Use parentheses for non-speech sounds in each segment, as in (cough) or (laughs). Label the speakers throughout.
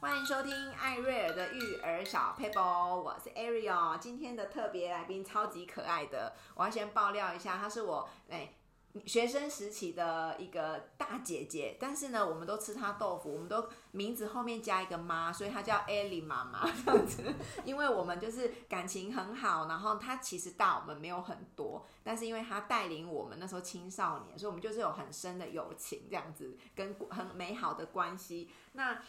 Speaker 1: 欢迎收听艾瑞尔的育儿小 paper，我是 Ariel。今天的特别来宾超级可爱的，我要先爆料一下，她是我哎学生时期的一个大姐姐，但是呢，我们都吃她豆腐，我们都名字后面加一个妈，所以她叫 Ellie 妈妈这样子。因为我们就是感情很好，然后她其实大我们没有很多，但是因为她带领我们那时候青少年，所以我们就是有很深的友情这样子，跟很美好的关系。那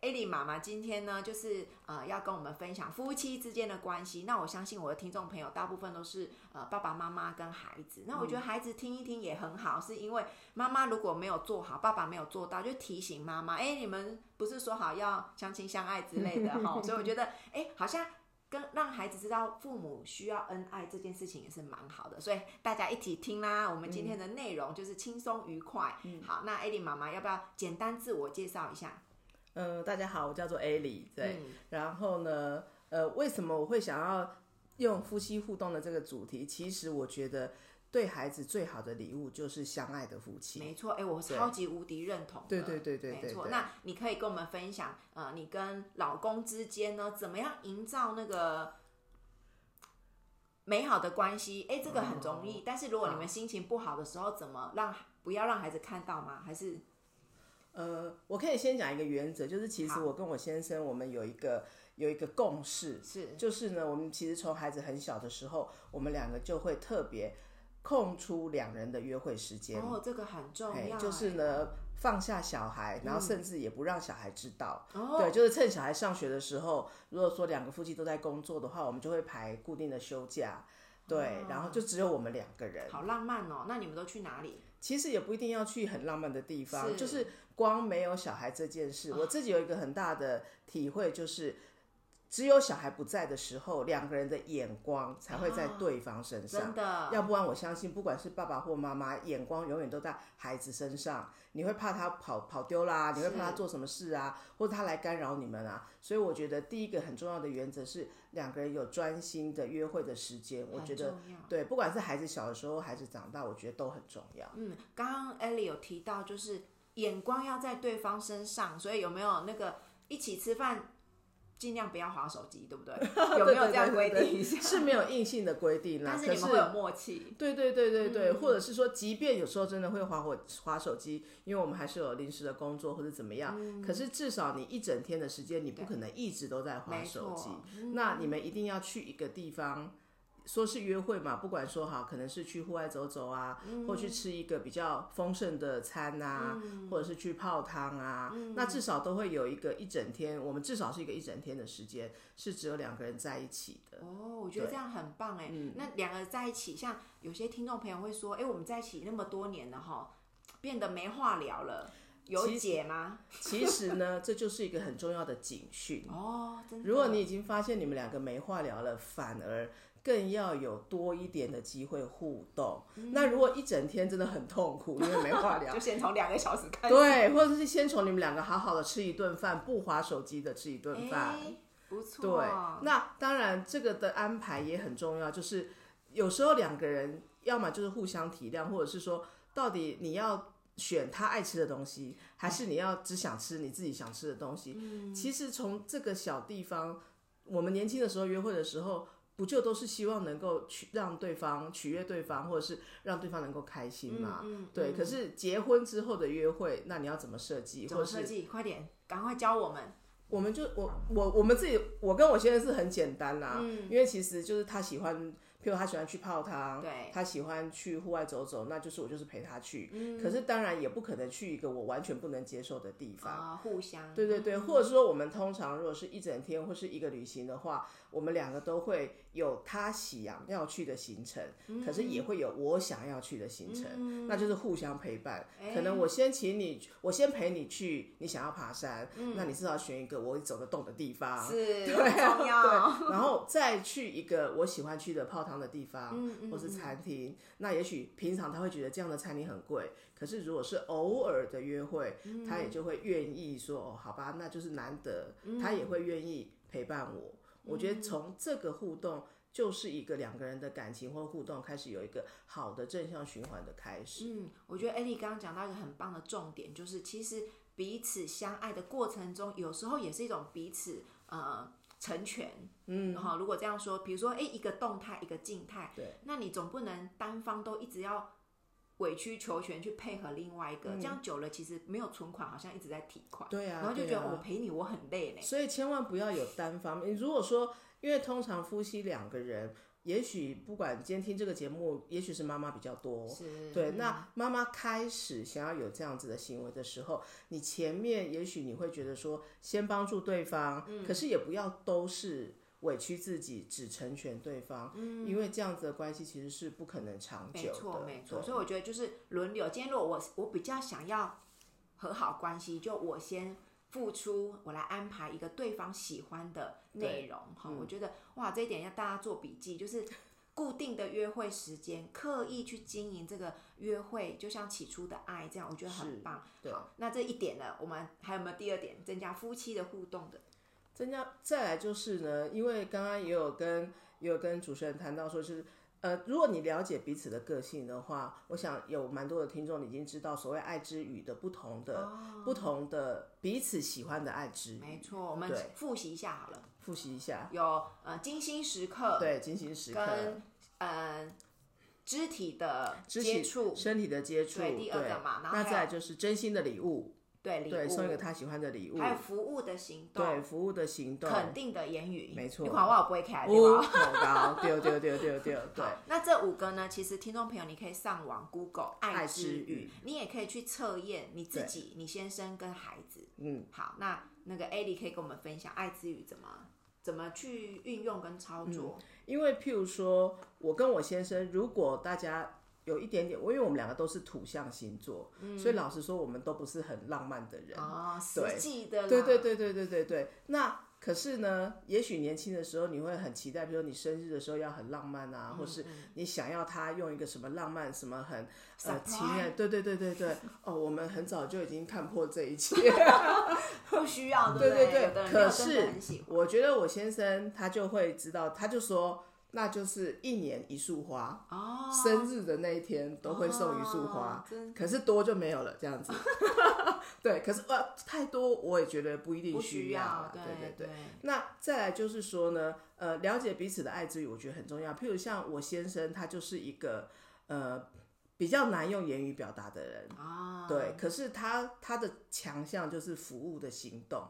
Speaker 1: 艾莉妈妈今天呢，就是呃要跟我们分享夫妻之间的关系。那我相信我的听众朋友大部分都是呃爸爸妈妈跟孩子。那我觉得孩子听一听也很好，是因为妈妈如果没有做好，爸爸没有做到，就提醒妈妈，哎、你们不是说好要相亲相爱之类的哈？所以我觉得，哎、好像。跟让孩子知道父母需要恩爱这件事情也是蛮好的，所以大家一起听啦。我们今天的内容就是轻松愉快。好，那艾莉妈妈要不要简单自我介绍一下？
Speaker 2: 嗯，大家好，我叫做 Ali，对，
Speaker 1: 嗯
Speaker 2: 然后呢，呃，为什么我会想要用夫妻互动的这个主题？其实我觉得对孩子最好的礼物就是相爱的夫妻。
Speaker 1: 没错，哎、我超级无敌认同的。对
Speaker 2: 对对对对
Speaker 1: 没错。
Speaker 2: 对
Speaker 1: 那你可以跟我们分享，呃，你跟老公之间呢，怎么样营造那个美好的关系？哎、这个很容
Speaker 2: 哦
Speaker 1: 易。但是如果你们心情不好的时候，怎么让不要让孩子看到吗？还是
Speaker 2: 呃，我可以先讲一个原则，就是其实我跟我先生，我们有一个有一个共识，
Speaker 1: 是
Speaker 2: 就是呢，我们其实从孩子很小的时候，我们两个就会特别空出两人的约会时间。
Speaker 1: 哦，这个很嗯重
Speaker 2: 哎
Speaker 1: 要、
Speaker 2: 就是
Speaker 1: 哎
Speaker 2: 呢，放下小孩，然后甚至也不让小孩知道。
Speaker 1: 哦
Speaker 2: 对，就是趁小孩上学的时候，如果说两个夫妻都在工作的话，我们就会排固定的休假。对，然后就只有我们两个人。
Speaker 1: 哦好浪漫哦。那你们都去哪里？
Speaker 2: 其实也不一定要去很浪漫的地方，
Speaker 1: 是啊
Speaker 2: 就是光没有小孩这件事，我自己有一个很大的体会，就是只有小孩不在的时候，两个人的眼光才会
Speaker 1: 啊
Speaker 2: 在对方身上。
Speaker 1: 真的
Speaker 2: 要不然我相信，不管是爸爸或妈妈，眼光永远都在孩子身上。你会怕他跑跑丢啦，你会怕他做什么事啊，或者他来干扰你们啊。所以我觉得第一个很重要的原则是，两个人有专心的约会的时间。我觉得
Speaker 1: 很重要
Speaker 2: 对，不管是孩子小的时候，孩子长大，我觉得都很重要。
Speaker 1: 嗯，刚刚 Ellie 有提到，就是眼光要在对方身上，所以有没有那个一起吃饭，尽量不要划手机，对
Speaker 2: (laughs)
Speaker 1: 不对？有没有这样规定一下？
Speaker 2: 是没有硬性的规定啦，
Speaker 1: (laughs) 但是
Speaker 2: 可
Speaker 1: 你们会有默契。
Speaker 2: 对对对对对，或
Speaker 1: 嗯
Speaker 2: 者是说，即便有时候真的会划火划手机，因为我们还是有临时的工作或者怎么样，
Speaker 1: 嗯
Speaker 2: 可是至少你一整天的时间，你不可能一直都在划
Speaker 1: 没
Speaker 2: 手机
Speaker 1: 错。嗯
Speaker 2: 那你们一定要去一个地方，说是约会嘛，不管说好，可能是去户外走走啊，或
Speaker 1: 嗯
Speaker 2: 去吃一个比较丰盛的餐啊，或者是去泡汤啊，
Speaker 1: 嗯
Speaker 2: 那至少都会有一个一整天，我们至少是一个一整天的时间是只有两个人在一起的。
Speaker 1: 哦，我觉得这样很棒哎。
Speaker 2: 嗯
Speaker 1: 那两个在一起，像有些听众朋友会说，哎，我们在一起那么多年了哈，变得没话聊了，有解吗？
Speaker 2: 其实呢，这就是一个很重要的
Speaker 1: (laughs)
Speaker 2: 警讯。
Speaker 1: 哦，真的。
Speaker 2: 如果你已经发现你们两个没话聊了，反而更要有多一点的机会互动。那如果一整天真的很痛苦，因为没话聊
Speaker 1: (laughs) 就，先从两个小时开始，
Speaker 2: 对，或者是先从你们两个好好的吃一顿饭，不划手机的吃一顿饭。
Speaker 1: 哎，不错。
Speaker 2: 对，
Speaker 1: 哦
Speaker 2: 那当然这个的安排也很重要，就是有时候两个人要么就是互相体谅，或者是说到底你要。选他爱吃的东西，还是你要只想吃你自己想吃的东西？
Speaker 1: 嗯
Speaker 2: 其实从这个小地方，我们年轻的时候约会的时候，不就都是希望能够取让对方取悦对方，或者是让对方能够开心嘛？
Speaker 1: 嗯
Speaker 2: 对。可是结婚之后的约会，那你要怎么设计，
Speaker 1: 怎
Speaker 2: 或
Speaker 1: 么
Speaker 2: 是
Speaker 1: 设计？快点，赶快教我们。
Speaker 2: 我们就我我我们自己，我跟我先生是很简单啦，因为其实就是他喜欢，譬如他喜欢去泡汤，
Speaker 1: 对
Speaker 2: 他喜欢去户外走走，那就是我就是陪他去，可是当然也不可能去一个我完全不能接受的地方。
Speaker 1: 啊，互相。
Speaker 2: 对对对，或者说我们通常如果是一整天或是一个旅行的话，我们两个都会有他想要去的行程，可是也会有我想要去的行程，那就是互相陪伴。可能我先请你，我先陪你去你想要爬山，那你至少选一个我走得动的地方，
Speaker 1: 是
Speaker 2: (laughs) 对啊
Speaker 1: 很重要。
Speaker 2: 对，然后再去一个我喜欢去的泡汤的地方，
Speaker 1: 嗯
Speaker 2: 或是餐厅。那也许平常他会觉得这样的餐厅很贵，可是如果是偶尔的约会，
Speaker 1: 嗯
Speaker 2: 他也就会愿意说哦，好吧，那就是难得，
Speaker 1: 嗯
Speaker 2: 他也会愿意陪伴我。我觉得从这个互动。就是一个两个人的感情或互动开始有一个好的正向循环的开始。
Speaker 1: 嗯嗯，我觉得艾莉刚刚讲到一个很棒的重点，就是其实彼此相爱的过程中，有时候也是一种彼此呃成全。嗯，哈，如果这样说，比如说，哎，一个动态，一个静态，
Speaker 2: 对，
Speaker 1: 那你总不能单方都一直要委曲求全去配合另外一个，这样久了其实没有存款，好像一直在提款，
Speaker 2: 嗯对啊，
Speaker 1: 然后就
Speaker 2: 对
Speaker 1: 觉得、
Speaker 2: 啊
Speaker 1: 我陪你我很累嘞。
Speaker 2: 所以千万不要有单方面。如果说，因为通常夫妻两个人，也许不管今天听这个节目，也许是妈妈比较多。
Speaker 1: 是，
Speaker 2: 对，
Speaker 1: 嗯
Speaker 2: 那妈妈开始想要有这样子的行为的时候，你前面也许你会觉得说先帮助对方，
Speaker 1: 嗯
Speaker 2: 可是也不要都是委屈自己，只成全对方，因为这样子的关系其实是不可能长
Speaker 1: 嗯
Speaker 2: 久
Speaker 1: 没
Speaker 2: 的。
Speaker 1: 错，没错。
Speaker 2: 对
Speaker 1: 所以我觉得就是轮流。今天如果我我比较想要和好关系，就我先付出，我来安排一个对方喜欢的内容。
Speaker 2: 嗯
Speaker 1: 哈、我觉得哇，这一点要大家做笔记，就是固定的约会时间，刻意去经营这个约会，就像起初的爱这样，我觉得很棒。
Speaker 2: 对
Speaker 1: 好，那这一点呢，我们还有没有第二点？增加夫妻的互动的，
Speaker 2: 增加再来就是呢，因为刚刚也有跟也有跟主持人谈到说是。呃，如果你了解彼此的个性的话，我想有蛮多的听众已经知道所谓爱之语的不同的、不同的彼此喜欢的爱之语。
Speaker 1: 哦没错。我们
Speaker 2: 对
Speaker 1: 复习一下好了，
Speaker 2: 复习一下，
Speaker 1: 有呃精心时刻，
Speaker 2: 对，精心时刻，
Speaker 1: 跟呃肢体的
Speaker 2: 肢体
Speaker 1: 接触，
Speaker 2: 身体的接触，
Speaker 1: 对
Speaker 2: 对，
Speaker 1: 第二个嘛然后还
Speaker 2: 那
Speaker 1: 有
Speaker 2: 再来就是真心的礼物，
Speaker 1: 对礼
Speaker 2: 对，送一个
Speaker 1: 物，
Speaker 2: 他喜欢的礼物，
Speaker 1: 还有服务的行
Speaker 2: 对，
Speaker 1: 动，
Speaker 2: 服务的行动，
Speaker 1: 肯定的言语，
Speaker 2: 没错哦
Speaker 1: 你看我有不会开对
Speaker 2: 五
Speaker 1: 吧？
Speaker 2: 口高，对对对对对对，
Speaker 1: 好那这五个呢？其实听众朋友，你可以上网 Google 爱之
Speaker 2: 之语嗯
Speaker 1: 语，你也可以去测验你自己、你先生跟孩子。
Speaker 2: 嗯，
Speaker 1: 好，那那个 Ellie 可以跟我们分享爱之语怎么怎么去运用跟操作。
Speaker 2: 因为譬如说，我跟我先生，如果大家有一点点，因为我们两个都是土象星座，所以老实说，我们都不是很浪漫的人。
Speaker 1: 嗯哦，
Speaker 2: 嗯对
Speaker 1: 实际的啦，
Speaker 2: 对对对对对对对。那可是呢，也许年轻的时候你会很期待，比如说你生日的时候要很浪漫啊，或
Speaker 1: 嗯
Speaker 2: 是你想要他用一个什么浪漫、什么很呃
Speaker 1: Surprise
Speaker 2: 情人，对对对对对。哦，我们很早就已经看破这
Speaker 1: (laughs)
Speaker 2: 一切。
Speaker 1: 不需要，
Speaker 2: 对
Speaker 1: 不对
Speaker 2: 对
Speaker 1: 有的人没
Speaker 2: 可
Speaker 1: 有真的
Speaker 2: 是
Speaker 1: 很喜欢。
Speaker 2: 我觉得我先生他就会知道，他就说那就是一年一束花，
Speaker 1: 哦，
Speaker 2: 生日的那一天都会送一束
Speaker 1: 哦，
Speaker 2: 花
Speaker 1: 真
Speaker 2: 可是多就没有了这样子。 (laughs) 对，可是呃太多我也觉得不一定
Speaker 1: 不
Speaker 2: 需
Speaker 1: 需要，
Speaker 2: 啦对
Speaker 1: 对
Speaker 2: 对。那再来就是说呢，呃，了解彼此的爱之语，我觉得很重要。譬如像我先生，他就是一个呃比较难用言语表达的人，
Speaker 1: 啊，
Speaker 2: 对，可是他他的强项就是服务的行动。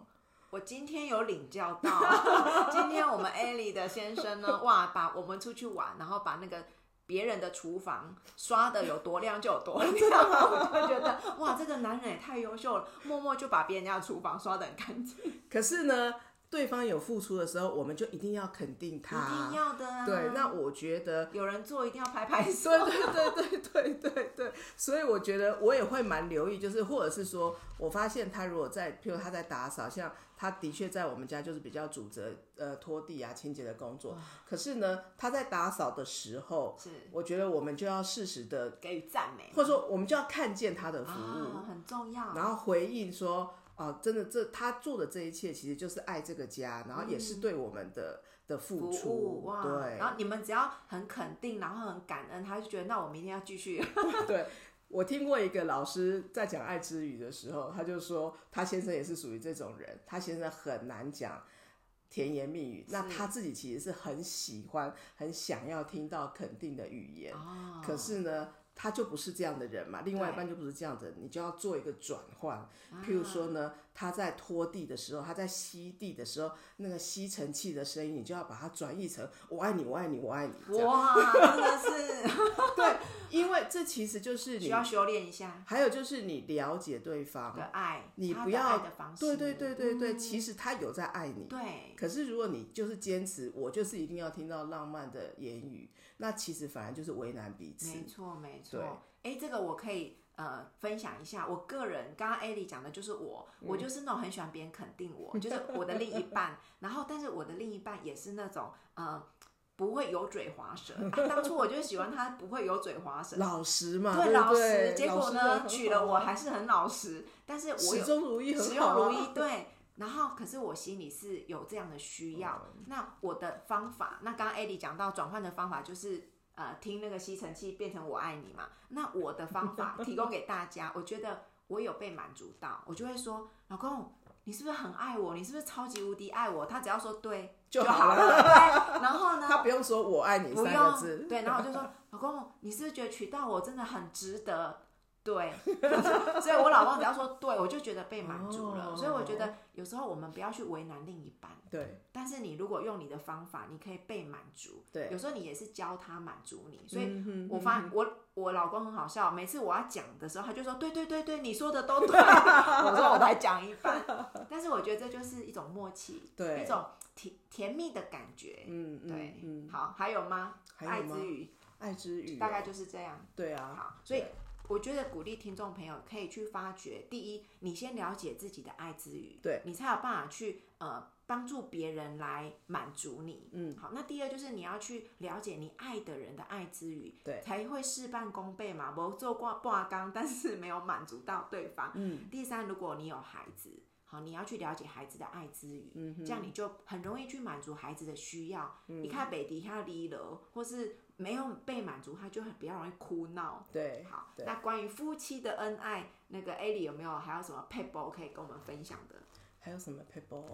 Speaker 1: 我今天有领教
Speaker 2: (laughs)
Speaker 1: 到，今天我们 Ellie 的先生呢，哇，把我们出去玩，然后把那个。别人的厨房刷的有多亮就有多
Speaker 2: (laughs)
Speaker 1: 亮， (laughs) 我就觉得哇，这个男人也太优秀了，默默就把别人家的厨房刷的很干净，
Speaker 2: 可是呢，对方有付出的时候，我们就一定要肯定他。
Speaker 1: 一定要的啊。
Speaker 2: 对，那我觉得，
Speaker 1: 有人做一定要拍拍手，
Speaker 2: 对对对对对对对，所以我觉得我也会蛮留意，就是或者是说我发现他如果在，譬如他在打扫，像他的确在我们家就是比较主责呃拖地啊清洁的工作，可是呢，他在打扫的时候，
Speaker 1: 是
Speaker 2: 我觉得我们就要适时的，
Speaker 1: 给予赞美，
Speaker 2: 或者说我们就要看见他的服务，
Speaker 1: 啊很重要。
Speaker 2: 然后回应说，啊、真的这他做的这一切其实就是爱这个家，然后也是对我们的、的付
Speaker 1: 嗯服务
Speaker 2: 出，
Speaker 1: 哇，
Speaker 2: 对
Speaker 1: 然后你们只要很肯定，然后很感恩，他就觉得那我明天要继续
Speaker 2: 对。我听过一个老师在讲爱之语的时候，他就说他先生也是属于这种人，他先生很难讲甜言蜜语，那他自己其实是很喜欢、很想要听到肯定的语言，
Speaker 1: (laughs) 哦
Speaker 2: 可是呢，他就不是这样的人嘛，另外
Speaker 1: 对
Speaker 2: 一
Speaker 1: 啊
Speaker 2: 半就不是这样的人，你就要做一个转换。譬如说呢，他在拖地的时候，他在吸地的时候，那个吸尘器的声音，你就要把它转译成“我爱你，我爱你，我爱你”这样。
Speaker 1: 哇，真的是
Speaker 2: 对，因为这其实就是
Speaker 1: 需
Speaker 2: (laughs) 你，
Speaker 1: 要修炼一下
Speaker 2: 还有就是你了解对方
Speaker 1: 的，爱，
Speaker 2: 啊你
Speaker 1: 他
Speaker 2: 不
Speaker 1: 的爱
Speaker 2: 要
Speaker 1: 的方式，
Speaker 2: 对对对对对，其实他有在爱你。
Speaker 1: 对，
Speaker 2: 可是如果你就是坚持，我就是一定要听到浪漫的言语，那其实反而就是为难彼此。
Speaker 1: 没错没
Speaker 2: 对
Speaker 1: 错。哎，这个我可以呃分享一下，我个人刚刚艾莉讲的就是我，
Speaker 2: 嗯
Speaker 1: 我就是那种很喜欢别人肯定
Speaker 2: (laughs)
Speaker 1: 我，就是我的另一半，然后但是我的另一半也是那种呃不会油嘴滑舌、啊当初我就喜欢他不会油嘴滑舌。
Speaker 2: (laughs) 老实嘛，
Speaker 1: 对
Speaker 2: 对
Speaker 1: 老
Speaker 2: 不
Speaker 1: 实，
Speaker 2: 对？
Speaker 1: 结
Speaker 2: 老
Speaker 1: 果
Speaker 2: 实人
Speaker 1: 呢，
Speaker 2: 很
Speaker 1: 娶
Speaker 2: 好
Speaker 1: 了我
Speaker 2: 啊
Speaker 1: 还是很老实，但是我有
Speaker 2: 始终如一
Speaker 1: 使
Speaker 2: 很
Speaker 1: 用
Speaker 2: 好
Speaker 1: 如
Speaker 2: 啊。
Speaker 1: 意，对。然后，可是我心里是有这样的需要。
Speaker 2: 嗯
Speaker 1: 那我的方法，那刚刚 Eddie 讲到转换的方法就是。呃，听那个吸尘器变成“我爱你”嘛，那我的方法提供给大家，我觉得我有被满足到，我就会说，老公，你是不是很爱我？你是不是超级无敌爱我？他只要说对
Speaker 2: 就
Speaker 1: 好
Speaker 2: 好了
Speaker 1: 对然后呢，
Speaker 2: (laughs) 他不用说“我爱你”
Speaker 1: 不
Speaker 2: 三个字，
Speaker 1: 用对，然后我就
Speaker 2: (laughs)
Speaker 1: 说，老公，你是不是觉得娶到我真的很值得？对， (laughs) 所以我老公只要说对，我就觉得被满足了。
Speaker 2: 哦
Speaker 1: 所以我觉得有时候我们不要去为难另一半，
Speaker 2: 对
Speaker 1: 但是你如果用你的方法，你可以被满足。
Speaker 2: 对，
Speaker 1: 有时候你也是教他满足你，所以
Speaker 2: 嗯哼
Speaker 1: 我
Speaker 2: 嗯
Speaker 1: 发我我老公很好笑，每次我要讲的时候，他就说对对对对，你说的都对。 (laughs) 我说我才讲一半，但是我觉得这就是一种默契，
Speaker 2: 对
Speaker 1: 一种甜甜蜜的感觉。
Speaker 2: 嗯嗯
Speaker 1: 对，
Speaker 2: 嗯，
Speaker 1: 好，还有吗？
Speaker 2: 还有
Speaker 1: 爱
Speaker 2: 吗
Speaker 1: 之语
Speaker 2: 爱之语哦
Speaker 1: 大概就是这样。
Speaker 2: 对啊，
Speaker 1: 好，所以我觉得鼓励听众朋友可以去发掘，第一，你先了解自己的爱之语，
Speaker 2: 对
Speaker 1: 你才有办法去呃帮助别人来满足你。
Speaker 2: 嗯，
Speaker 1: 好，那第二就是你要去了解你爱的人的爱之语，
Speaker 2: 对
Speaker 1: 才会事半功倍嘛。我做过挂缸，但是没有满足到对方。
Speaker 2: 嗯，
Speaker 1: 第三，如果你有孩子，好，你要去了解孩子的爱之语，
Speaker 2: 嗯哼嗯
Speaker 1: 这样你就很容易去满足孩子的需要。你看北迪他离了，或是没有被满足，他就很比较容易哭闹。
Speaker 2: 对，
Speaker 1: 好，
Speaker 2: 对
Speaker 1: 那关于夫妻的恩爱，那个 Ali 有没有还有什么 p a p e 可以跟我们分享的？
Speaker 2: 还有什么 people？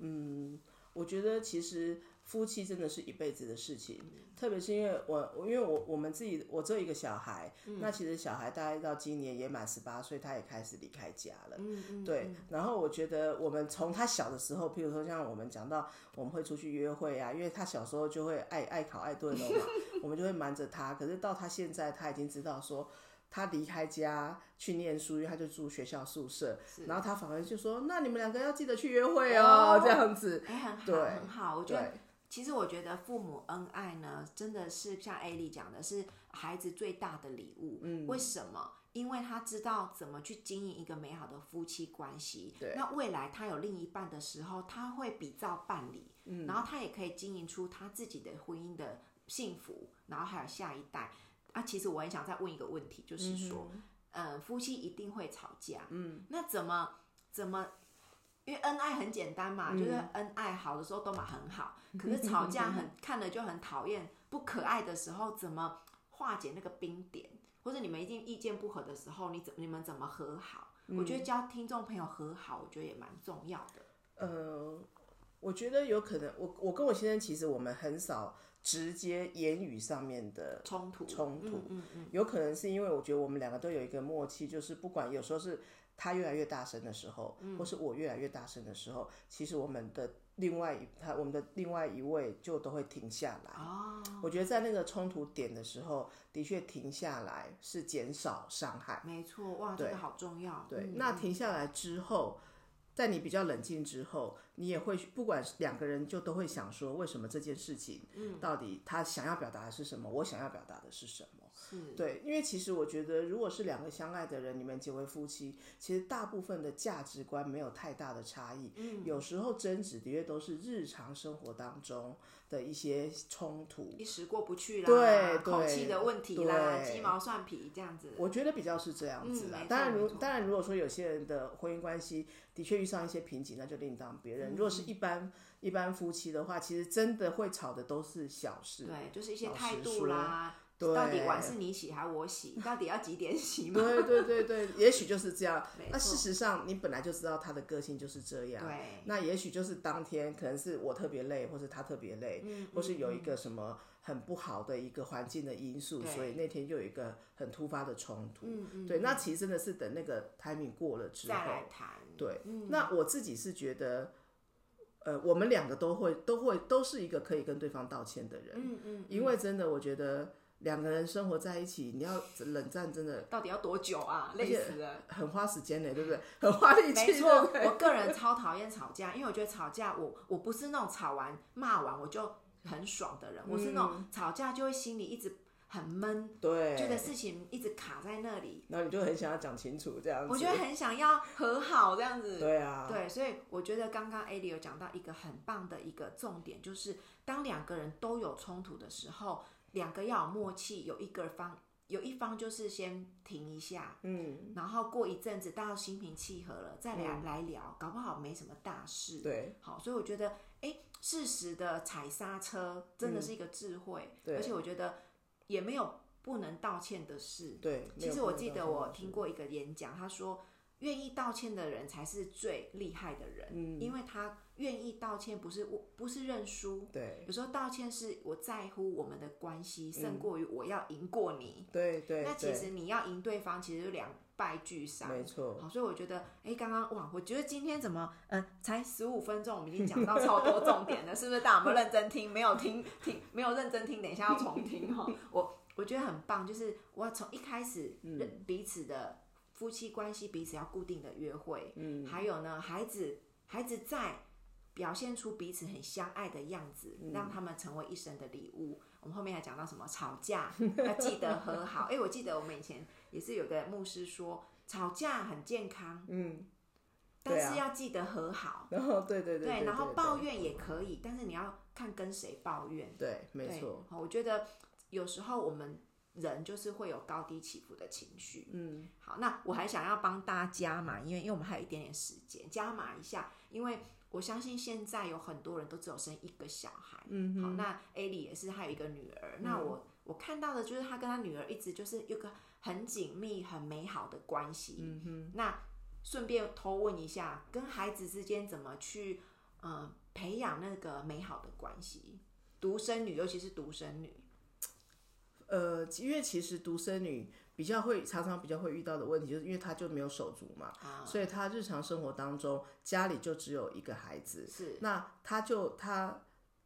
Speaker 2: 嗯，我觉得其实夫妻真的是一辈子的事情，特别是因为我，我因为我我们自己，我只有一个小孩，
Speaker 1: 嗯
Speaker 2: 那其实小孩大概到今年也满十八岁，他也开始离开家了。
Speaker 1: 嗯嗯，
Speaker 2: 对，然后我觉得我们从他小的时候，譬如说像我们讲到我们会出去约会啊，因为他小时候就会爱爱考爱
Speaker 1: (laughs)
Speaker 2: 顿了嘛，我们就会瞒着他。可是到他现在，他已经知道说他离开家去念书，因为他就住学校宿舍，然后他反而就说：“那你们两个要记得去约会哦。
Speaker 1: 哦
Speaker 2: 这样子。
Speaker 1: 哎、很好，
Speaker 2: 对
Speaker 1: 很好，我觉得
Speaker 2: 对
Speaker 1: 其实我觉得父母恩爱呢，真的是像 Ali 讲的，是孩子最大的礼物。嗯，为什么？因为他知道怎么去经营一个美好的夫妻关系。
Speaker 2: 对
Speaker 1: 那未来他有另一半的时候，他会比照办理，嗯，然后他也可以经营出他自己的婚姻的幸福，然后还有下一代。啊，其实我很想再问一个问题，就是说，嗯、夫妻一定会吵架，嗯，那怎么怎么？因为恩爱很简单
Speaker 2: 嗯
Speaker 1: 嘛，就是恩爱好的时候都嘛很好，可是吵架
Speaker 2: (laughs)
Speaker 1: 很看了就很讨厌，不可爱的时候怎么化解那个冰点？或者你们一定意见不合的时候，你怎你们怎么和好？我
Speaker 2: 嗯
Speaker 1: 觉得教听众朋友和好，我觉得也蛮重要的。
Speaker 2: 呃，我觉得有可能，我我跟我先生其实我们很少直接言语上面的
Speaker 1: 冲突，
Speaker 2: 冲突
Speaker 1: 嗯嗯嗯，
Speaker 2: 有可能是因为我觉得我们两个都有一个默契，就是不管有时候是他越来越大声的时候，
Speaker 1: 嗯
Speaker 2: 或是我越来越大声的时候，其实我们的另外一他我们的另外一位就都会停下来。
Speaker 1: 哦，
Speaker 2: 我觉得在那个冲突点的时候，的确停下来是减少伤害。
Speaker 1: 没错，哇，这个好重要。
Speaker 2: 对，
Speaker 1: 嗯
Speaker 2: 那停下来之后，在你比较冷静之后，你也会不管是两个人就都会想说，为什么这件事情，
Speaker 1: 嗯
Speaker 2: 到底他想要表达的是什么，我想要表达的是什么。
Speaker 1: 是
Speaker 2: 对，因为其实我觉得，如果是两个相爱的人，你们结为夫妻，其实大部分的价值观没有太大的差异。嗯，有时候争执的确都是日常生活当中的一些冲突。
Speaker 1: 一时过不去啦，
Speaker 2: 对
Speaker 1: 口气
Speaker 2: 对
Speaker 1: 的问题啦，
Speaker 2: 对
Speaker 1: 鸡毛蒜皮这样子。
Speaker 2: 我觉得比较是这样子
Speaker 1: 嗯
Speaker 2: 啦。
Speaker 1: 没错
Speaker 2: 当然如
Speaker 1: 没错
Speaker 2: 当然，如果说有些人的婚姻关系的确遇上一些瓶颈，那就另当别
Speaker 1: 嗯
Speaker 2: 论。如果是一般一般夫妻的话，其实真的会吵的都是小事。
Speaker 1: 对，就是一些
Speaker 2: 老实
Speaker 1: 态度
Speaker 2: 说
Speaker 1: 啦，
Speaker 2: 对
Speaker 1: 到底碗是你洗还是我洗？到底要几点洗嘛？
Speaker 2: (laughs) 对对对对，也许就是这样
Speaker 1: 没。
Speaker 2: 那
Speaker 1: 错
Speaker 2: 事实上，你本来就知道他的个性就是这样。
Speaker 1: 对
Speaker 2: 那也许就是当天可能是我特别累，或是他特别
Speaker 1: 嗯
Speaker 2: 累，或是有一个什么很不好的一个环境的因素，
Speaker 1: 对嗯
Speaker 2: 所以那天就有一个很突发的冲突。对，那其实真的是等那个 timing 过了之后
Speaker 1: 再，来谈。
Speaker 2: 对，
Speaker 1: 嗯
Speaker 2: 那我自己是觉得。呃，我们两个都会，都会，都是一个可以跟对方道歉的人，
Speaker 1: 嗯嗯，
Speaker 2: 因为真的，我觉得两个人生活在一起，你要冷战，真
Speaker 1: (laughs)
Speaker 2: 的
Speaker 1: 到底要多久啊？累死了。
Speaker 2: 很花时间呢，对不对？很花力气，
Speaker 1: 没
Speaker 2: 对
Speaker 1: 错，
Speaker 2: 不对？
Speaker 1: 我个人超讨厌吵架，因为我觉得吵架我我不是那种吵完骂完我就很爽的人，我是那种吵架就会心里一直很闷，
Speaker 2: 对，
Speaker 1: 觉得事情一直卡在那里，
Speaker 2: 然后你就很想要讲清楚这样子。
Speaker 1: 我觉得很想要和好这样子。
Speaker 2: 对啊，
Speaker 1: 对，所以我觉得刚刚 A 里有讲到一个很棒的一个重点，就是当两个人都有冲突的时候，两个要有默契，有一个方有一方就是先停一下，
Speaker 2: 嗯，
Speaker 1: 然后过一阵子大家心平气和了，再来、来聊，搞不好没什么大事。，
Speaker 2: 对
Speaker 1: 好，所以我觉得，哎，适时的踩刹车真的是一个智慧，
Speaker 2: 嗯对
Speaker 1: 而且我觉得也没有不能道歉的事。
Speaker 2: 对，没
Speaker 1: 其
Speaker 2: 有
Speaker 1: 实
Speaker 2: 不
Speaker 1: 我
Speaker 2: 能
Speaker 1: 记
Speaker 2: 道
Speaker 1: 得
Speaker 2: 歉
Speaker 1: 我
Speaker 2: 的事
Speaker 1: 听，过一个演讲，他说愿意道歉的人才是最厉害的人，
Speaker 2: 嗯，
Speaker 1: 因为他愿意道歉不是我不是认输，
Speaker 2: 对嗯
Speaker 1: 有时候道歉是我在乎我们的关系，胜过于我要赢过你。
Speaker 2: 对对，
Speaker 1: 那其
Speaker 2: 对
Speaker 1: 实你要赢对方，其实就两败俱伤。
Speaker 2: 没错，
Speaker 1: 好，所以我觉得，哎，刚刚哇，我觉得今天怎么，嗯，才十五分钟，我们已经讲到超多重点了，是 (laughs) 不是？大家有没有认真听？没有听听，没有认真听，等一下要重听哈、哦。我我觉得很棒，就是我从一开始，
Speaker 2: 嗯
Speaker 1: 认彼此的夫妻关系，彼此要固定的约会，嗯，还有呢，孩子孩子在。表现出彼此很相爱的样子，
Speaker 2: 嗯
Speaker 1: 让他们成为一生的礼物。我们后面还讲到什么吵架要记得和好。哎、我记得我们以前也是有个牧师说，吵架很健康，
Speaker 2: 嗯，
Speaker 1: 但
Speaker 2: 对啊
Speaker 1: 是要记得和好。
Speaker 2: 然后对对对对，
Speaker 1: 然后
Speaker 2: 对
Speaker 1: 抱，怨也可以，但是你要看跟谁抱怨。
Speaker 2: 对，没
Speaker 1: 对
Speaker 2: 错，，
Speaker 1: 好我觉得有时候我们人就是会有高低起伏的情绪。
Speaker 2: 嗯，
Speaker 1: 好，那我还想要帮大家加码，因为因为我们还有一点点时间，加码一下，因为我相信现在有很多人都只有生一个小孩，嗯，好，那 A 里也是，还有一个女儿，那我我看到的就是她跟她女儿一直就是有个很紧密、很美好的关系，嗯哼，那顺便偷问一下，跟孩子之间怎么去呃培养那个美好的关系？独生女，尤其是独生女，
Speaker 2: 呃，因为其实独生女比较会常常比较会遇到的问题，就是因为她就没有手足嘛，
Speaker 1: 啊
Speaker 2: 所以她日常生活当中家里就只有一个孩子，
Speaker 1: 是
Speaker 2: 那她就她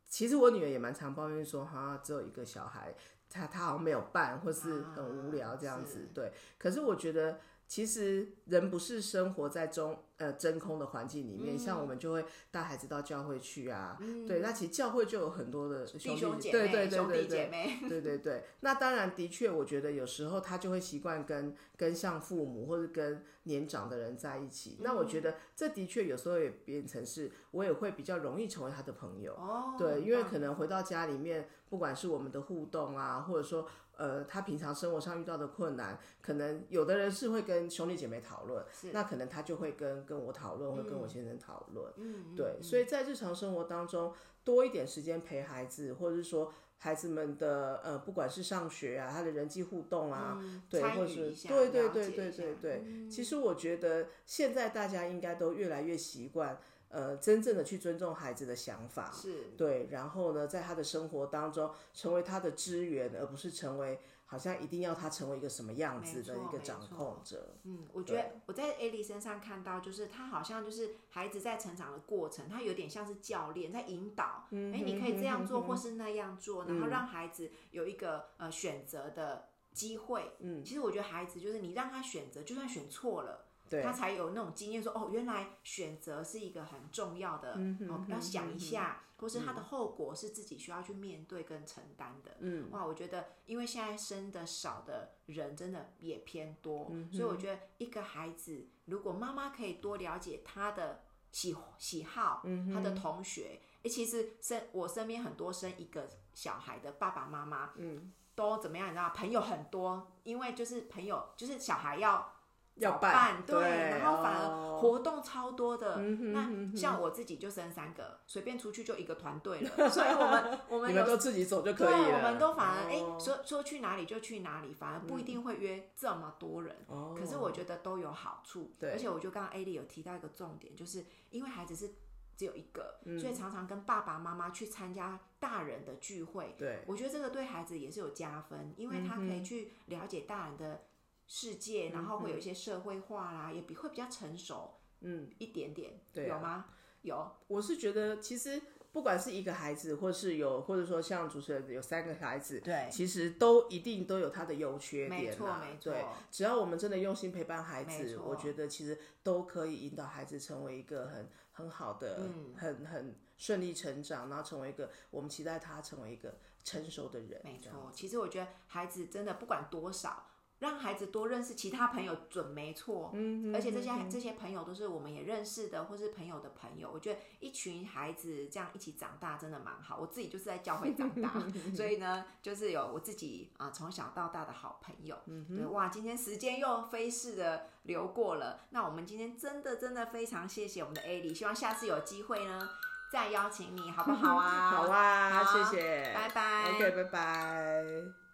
Speaker 2: 其实我女儿也蛮常抱怨说，哈、只有一个小孩，她她好像没有伴，或是很无聊这样子，
Speaker 1: 啊是
Speaker 2: 对。可是我觉得。其实人不是生活在中呃真空的环境里面，
Speaker 1: 嗯
Speaker 2: 像我们就会带孩子到教会去啊，对，那其实教会就有很多的兄
Speaker 1: 弟兄姐妹，
Speaker 2: 对对对
Speaker 1: 兄
Speaker 2: 对
Speaker 1: 弟
Speaker 2: 对
Speaker 1: 姐，妹，
Speaker 2: 对对对，那当然的确，我觉得有时候他就会习惯跟跟像父母或者跟年长的人在一起。那我觉得这的确有时候也变成是我也会比较容易成为他的朋友。
Speaker 1: 哦，
Speaker 2: 对，因为
Speaker 1: 棒
Speaker 2: 可能回到家里面，不管是我们的互动啊，或者说呃他平常生活上遇到的困难，可能有的人是会跟兄弟姐妹讨论，
Speaker 1: 是
Speaker 2: 那可能他就会跟跟我讨论，会跟我先生讨论。
Speaker 1: 嗯，
Speaker 2: 对，所以在日常生活当中，多一点时间陪孩子，或者是说孩子们的呃，不管是上学啊，他的人际互动啊，
Speaker 1: 嗯
Speaker 2: 对，
Speaker 1: 参
Speaker 2: 或者
Speaker 1: 与
Speaker 2: 是
Speaker 1: 一下
Speaker 2: 对对
Speaker 1: 了
Speaker 2: 对
Speaker 1: 解
Speaker 2: 对
Speaker 1: 一下嗯
Speaker 2: 对对，其实我觉得现在大家应该都越来越习惯，呃，真正的去尊重孩子的想法，
Speaker 1: 是
Speaker 2: 对，然后呢，在他的生活当中成为他的支援，而不是成为好像一定要他成为一个什么样
Speaker 1: 没
Speaker 2: 子的一
Speaker 1: 错
Speaker 2: 个
Speaker 1: 没
Speaker 2: 掌
Speaker 1: 错
Speaker 2: 控者，
Speaker 1: 嗯，我觉得我在 A 莉身上看到，就是她好像就是孩子在成长的过程，她有点像是教练在引导，哎、
Speaker 2: 嗯
Speaker 1: 你可以这样做或是那样做，然后让孩子有一个呃选择的机会。嗯，其实我觉得孩子就是你让他选择，就算选错了。
Speaker 2: 对
Speaker 1: 他才有那种经验说，哦，原来选择是一个很重要的，哦，要想一下，或是他的后果是自己需要去面对跟承担的。嗯，哇，我觉得因为现在生的少的人真的也偏多，所以我觉得一个孩子如果妈妈可以多了解他的喜喜好，他的同学，诶，其实身我身边很多生一个小孩的爸爸妈妈，嗯，都怎么样？你知道，朋友很多，因为就是朋友，就是小孩要。
Speaker 2: 要
Speaker 1: 早
Speaker 2: 办
Speaker 1: 办
Speaker 2: 对
Speaker 1: 然后反而
Speaker 2: 哦
Speaker 1: 活动超多的。那像我自己就生三个，随便出去就一个团队了，所以我们我
Speaker 2: (laughs)
Speaker 1: 们
Speaker 2: 你们
Speaker 1: 有
Speaker 2: 都自己走就可以
Speaker 1: 对，啊
Speaker 2: 了，
Speaker 1: 我们都反而哎、
Speaker 2: 哦
Speaker 1: 说说去哪里就去哪里，反而不一定会约这么多人。
Speaker 2: 哦
Speaker 1: 可是我觉得都有好处，
Speaker 2: 对
Speaker 1: 而且我觉得刚刚 A 莉有提到一个重点，就是因为孩子是只有一个，
Speaker 2: 嗯
Speaker 1: 所以常常跟爸爸妈妈去参加大人的聚会。
Speaker 2: 对嗯
Speaker 1: 我觉得这个对孩子也是有加分，因为他可以去了解大人的世界，然后会有一些社会化啦，也比会比较成熟，嗯，一点点，
Speaker 2: 对啊
Speaker 1: 有吗？有，
Speaker 2: 我是觉得，其实不管是一个孩子，或是有，或者说像主持人有三个孩子，
Speaker 1: 对
Speaker 2: 其实都一定都有他的优缺
Speaker 1: 没
Speaker 2: 点、
Speaker 1: 错
Speaker 2: 啊，
Speaker 1: 没错
Speaker 2: 对，只要我们真的用心陪伴孩
Speaker 1: 没
Speaker 2: 子，
Speaker 1: 错
Speaker 2: 我觉得其实都可以引导孩子成为一个很很好的，很很顺利成长，然后成为一个我们期待他成为一个成熟的人。
Speaker 1: 没
Speaker 2: 这样
Speaker 1: 错，其实我觉得孩子真的不管多少，让孩子多认识其他朋友准没错。嗯，而且这些这些朋友都是我们也认识的，或是朋友的朋友。我觉得一群孩子这样一起长大真的蛮好。我自己就是在教会长 (laughs) 大，所以呢，就是有我自己啊从小到大的好朋友。嗯对，哇，今天时间又飞逝的流过了。那我们今天真的真的非常谢谢我们的 A 莉，希望下次有机会呢 (laughs) 再邀请你好不好啊？
Speaker 2: 好啊，
Speaker 1: 好
Speaker 2: 谢谢，
Speaker 1: 拜拜
Speaker 2: OK，拜拜。